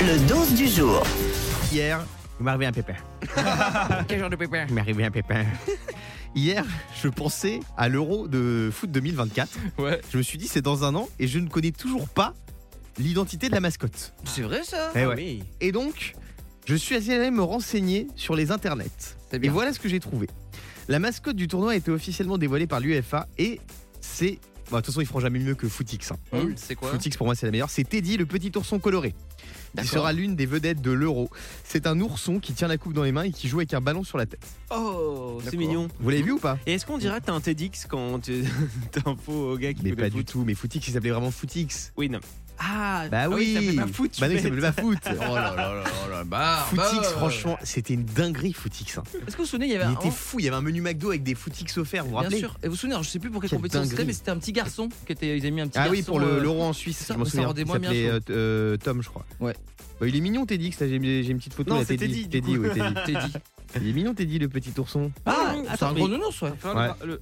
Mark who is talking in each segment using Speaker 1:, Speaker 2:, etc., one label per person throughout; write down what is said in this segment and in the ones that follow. Speaker 1: Le 12 du jour.
Speaker 2: Hier, il m'est arrivé un pépin.
Speaker 3: Quel genre de pépin
Speaker 2: Il m'est arrivé un pépin. Hier, je pensais à l'Euro de foot 2024.
Speaker 3: Ouais.
Speaker 2: Je me suis dit, c'est dans un an et je ne connais toujours pas l'identité de la mascotte.
Speaker 3: C'est vrai ça
Speaker 4: Ah
Speaker 2: Eh ouais.
Speaker 3: oui.
Speaker 2: Et donc, je suis allé me renseigner sur les internets.
Speaker 3: C'est
Speaker 2: Et
Speaker 3: bien.
Speaker 2: voilà ce que j'ai trouvé. La mascotte du tournoi a été officiellement dévoilée par l'UFA et c'est. Bon, de toute façon, ils feront jamais mieux que Footix. hein.
Speaker 3: Hum, C'est quoi
Speaker 2: Footix, pour moi, c'est la meilleure. C'est Teddy, le petit ourson coloré. Il
Speaker 3: D'accord.
Speaker 2: sera l'une des vedettes de l'Euro. C'est un ourson qui tient la coupe dans les mains et qui joue avec un ballon sur la tête.
Speaker 4: Oh, c'est
Speaker 3: D'accord.
Speaker 4: mignon.
Speaker 2: Vous l'avez vu ou pas
Speaker 4: Et est-ce qu'on dira que t'as un TEDx quand tu- t'es un faux au gars qui
Speaker 2: Mais
Speaker 4: fait
Speaker 2: pas
Speaker 4: le
Speaker 2: du
Speaker 4: foot
Speaker 2: tout. Mais Footix, il s'appelait vraiment Footix.
Speaker 4: Oui, non. Ah,
Speaker 2: Bah
Speaker 4: ah
Speaker 2: oui,
Speaker 4: ça s'appelle pas foot. tu
Speaker 2: Bah non, il
Speaker 4: fais.
Speaker 2: s'appelait pas foot.
Speaker 3: Oh là là là là là, bah,
Speaker 2: Footix,
Speaker 3: bah.
Speaker 2: franchement, c'était une dinguerie, Footix. hein.
Speaker 3: Est-ce que vous vous souvenez, il y avait
Speaker 2: Il
Speaker 3: un.
Speaker 2: était fou, il y avait un menu McDo avec des Footix offerts, vous vous
Speaker 3: hein. Bien
Speaker 2: rappelez
Speaker 3: sûr. Et vous vous souvenez, alors, je sais plus pour quelle
Speaker 2: Quelle
Speaker 3: compétition c'était,
Speaker 2: dinguerie.
Speaker 3: mais c'était un petit garçon qui était. Ils avaient mis un petit
Speaker 2: Ah
Speaker 3: garçon.
Speaker 2: oui, pour le-
Speaker 3: euh,
Speaker 2: l'euro en Suisse,
Speaker 3: ça,
Speaker 2: je m'en
Speaker 3: ça
Speaker 2: souviens.
Speaker 3: rendait
Speaker 2: Il
Speaker 3: moins bien,
Speaker 2: s'appelait
Speaker 3: je
Speaker 2: euh, euh, Tom, je crois.
Speaker 3: Ouais.
Speaker 2: Bah, il est mignon, Teddy, que ça, j'ai j'ai une petite photo.
Speaker 4: Non,
Speaker 2: là,
Speaker 4: c'est
Speaker 2: Teddy.
Speaker 4: Teddy, du
Speaker 2: Teddy,
Speaker 4: coup.
Speaker 2: ouais, Teddy.
Speaker 3: Teddy.
Speaker 2: Il est mignon, Teddy, le petit ourson.
Speaker 3: Ah,
Speaker 4: Ah,
Speaker 3: c'est un
Speaker 4: attends,
Speaker 3: gros
Speaker 4: mais-
Speaker 3: nounours, ouais.
Speaker 4: Faire le-
Speaker 2: Ouais.
Speaker 4: le-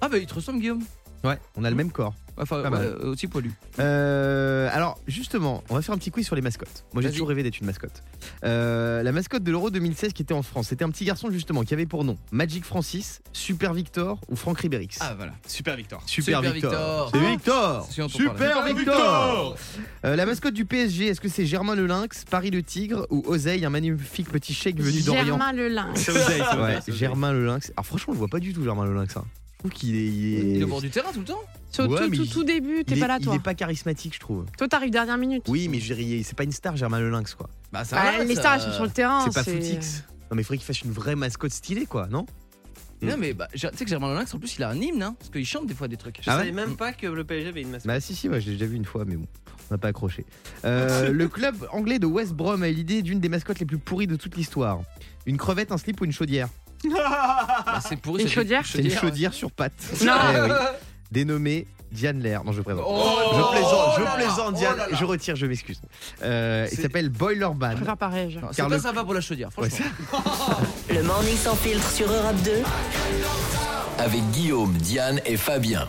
Speaker 3: Ah, bah il te ressemble, Guillaume.
Speaker 2: Ouais, on
Speaker 3: Mm.
Speaker 2: a le même corps.
Speaker 3: Enfin,
Speaker 2: Pas
Speaker 3: ouais,
Speaker 2: mal.
Speaker 3: euh, aussi poilu.
Speaker 2: Euh, alors, justement, on va faire un petit quiz sur les mascottes. Moi, j'ai
Speaker 3: Vas-y.
Speaker 2: toujours rêvé d'être une mascotte. Euh, la mascotte de l'Euro 2016 qui était en France, c'était un petit garçon, justement, qui avait pour nom Magic Francis, Super Victor ou Franck Ribérix.
Speaker 3: Ah, voilà.
Speaker 4: Super Victor.
Speaker 2: Super,
Speaker 3: Super
Speaker 2: Victor.
Speaker 3: Victor.
Speaker 2: C'est Victor.
Speaker 3: C'est sûr, on t'en
Speaker 2: Super
Speaker 3: parle.
Speaker 2: Victor. Euh, la mascotte du PSG, est-ce que c'est Germain le Lynx, Paris le Tigre ou Oseille, un magnifique petit chèque venu d'Orient
Speaker 5: Germain Le Lynx.
Speaker 4: C'est Oseille, c'est
Speaker 2: Ouais,
Speaker 4: Oseille, c'est Oseille.
Speaker 2: Germain le Lynx. Alors franchement, on le voit pas du tout Germain le Lynx. hein. Je trouve qu'il est, il est-
Speaker 3: Il est au bord du terrain tout le temps.
Speaker 5: Sur
Speaker 2: Ouais,
Speaker 5: tout,
Speaker 2: mais
Speaker 5: tout,
Speaker 2: il-
Speaker 5: tout début,
Speaker 2: il
Speaker 5: t'es
Speaker 2: est-
Speaker 5: pas là,
Speaker 2: il
Speaker 5: toi.
Speaker 2: est pas charismatique, je trouve.
Speaker 5: Toi, t'arrives dernière minute.
Speaker 2: Oui, mais je dirais, c'est pas une star Germain le Lynx, quoi.
Speaker 3: Bah, ça
Speaker 5: Bah,
Speaker 3: va,
Speaker 5: les
Speaker 3: ça-
Speaker 5: stars, elles sont sur le terrain.
Speaker 2: c'est pas Footix. Non, mais il faudrait qu'il fasse une vraie mascotte stylée, quoi, non
Speaker 3: Non, mais bah, tu sais que Germain Lynx, en plus, il a un hymne, hein, parce qu'il chante des fois des trucs.
Speaker 4: Je
Speaker 2: Ah ouais
Speaker 4: savais même pas que le PSG avait une mascotte.
Speaker 2: Bah si si, ouais, j'ai déjà vu une fois, mais bon, on n'a pas accroché. Euh, le club anglais de West Brom a eu l'idée d'une des mascottes les plus pourries de toute l'histoire. Une crevette, un slip ou une chaudière
Speaker 3: Bah, c'est pourri.
Speaker 5: Une
Speaker 3: cette-
Speaker 5: chaudière
Speaker 2: C'est une
Speaker 3: ouais.
Speaker 2: chaudière sur pattes.
Speaker 5: Non.
Speaker 2: Eh oui. Dénommée Diane Lair. Non, je plaisante.
Speaker 3: Oh
Speaker 2: je plaisante,
Speaker 3: là là,
Speaker 2: je plaisante,
Speaker 3: oh
Speaker 2: Diane.
Speaker 3: là là.
Speaker 2: Je retire, je m'excuse. Euh, il
Speaker 4: C'est-
Speaker 2: s'appelle Boilerman.
Speaker 5: Je préfère pareil. genre.
Speaker 3: Non, C'est
Speaker 2: Car
Speaker 3: pas
Speaker 2: le-
Speaker 3: sympa pour la chaudière,
Speaker 2: Ouais,
Speaker 3: franchement.
Speaker 1: Le morning sans filtre sur Europe 2.
Speaker 6: Avec Guillaume, Diane et Fabien.